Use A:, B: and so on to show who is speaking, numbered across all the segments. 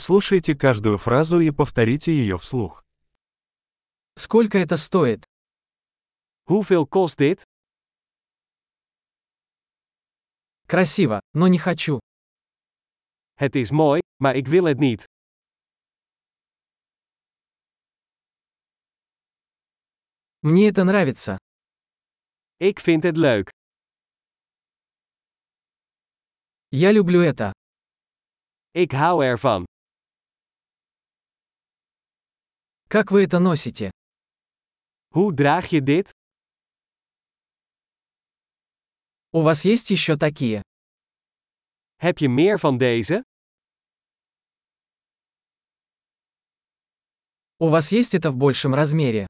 A: Прослушайте каждую фразу и повторите ее вслух.
B: Сколько это стоит?
A: Hoeveel kost dit?
B: Красиво, но не хочу.
A: Het is mooi, maar ik wil het niet.
B: Мне это нравится.
A: Ik vind het leuk.
B: Я люблю это.
A: Ik hou ervan.
B: Как вы это носите?
A: Hoe draag je dit?
B: У вас есть еще такие?
A: Heb je meer van deze?
B: У вас есть это в большем размере?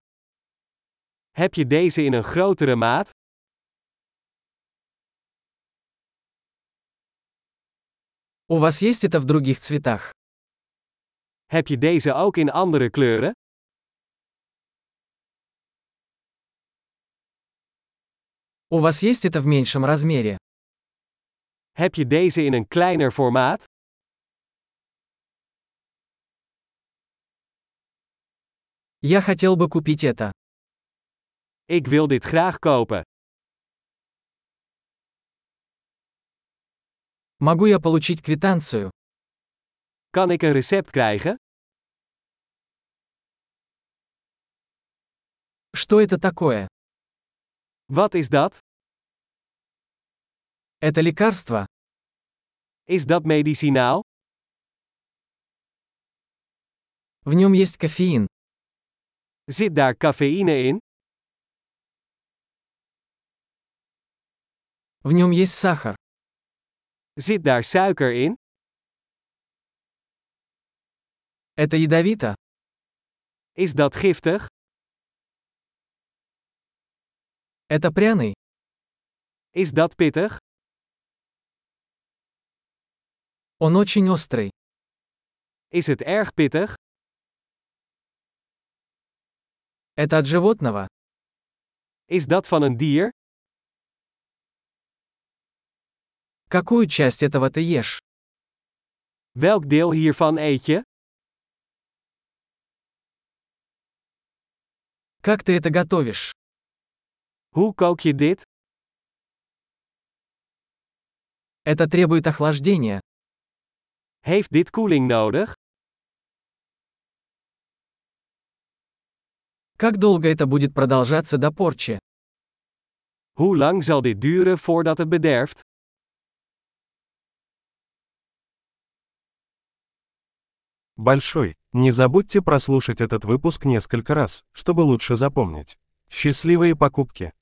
A: Heb je deze in een grotere maat?
B: У вас есть это в других цветах?
A: Heb je deze ook in andere kleuren?
B: У вас есть это в меньшем размере?
A: Heb je deze in een kleiner formaat?
B: Я хотел бы купить это.
A: Ik wil dit graag kopen.
B: Могу я получить квитанцию?
A: Kan ik een recept krijgen?
B: Что это такое?
A: Wat is dat?
B: Это лекарство?
A: Is dat medicinaal?
B: В нем есть кофеин.
A: Zit daar cafeïne in?
B: В нем есть сахар.
A: Zit daar suiker in?
B: Это ядовито.
A: Is dat giftig?
B: Это пряный.
A: Is dat pittig?
B: Он очень острый.
A: Is het erg pittig?
B: Это от животного.
A: Is dat van een dier?
B: Какую часть этого ты ешь?
A: Welk deel hiervan eet je?
B: Как ты это готовишь?
A: Hoe kook je dit?
B: Это требует охлаждения.
A: Heeft dit koeling nodig?
B: Как долго это будет продолжаться до порчи?
A: Hoe lang zal dit duren voordat het bederft?
C: Большой. Не забудьте прослушать этот выпуск несколько раз, чтобы лучше запомнить. Счастливые покупки!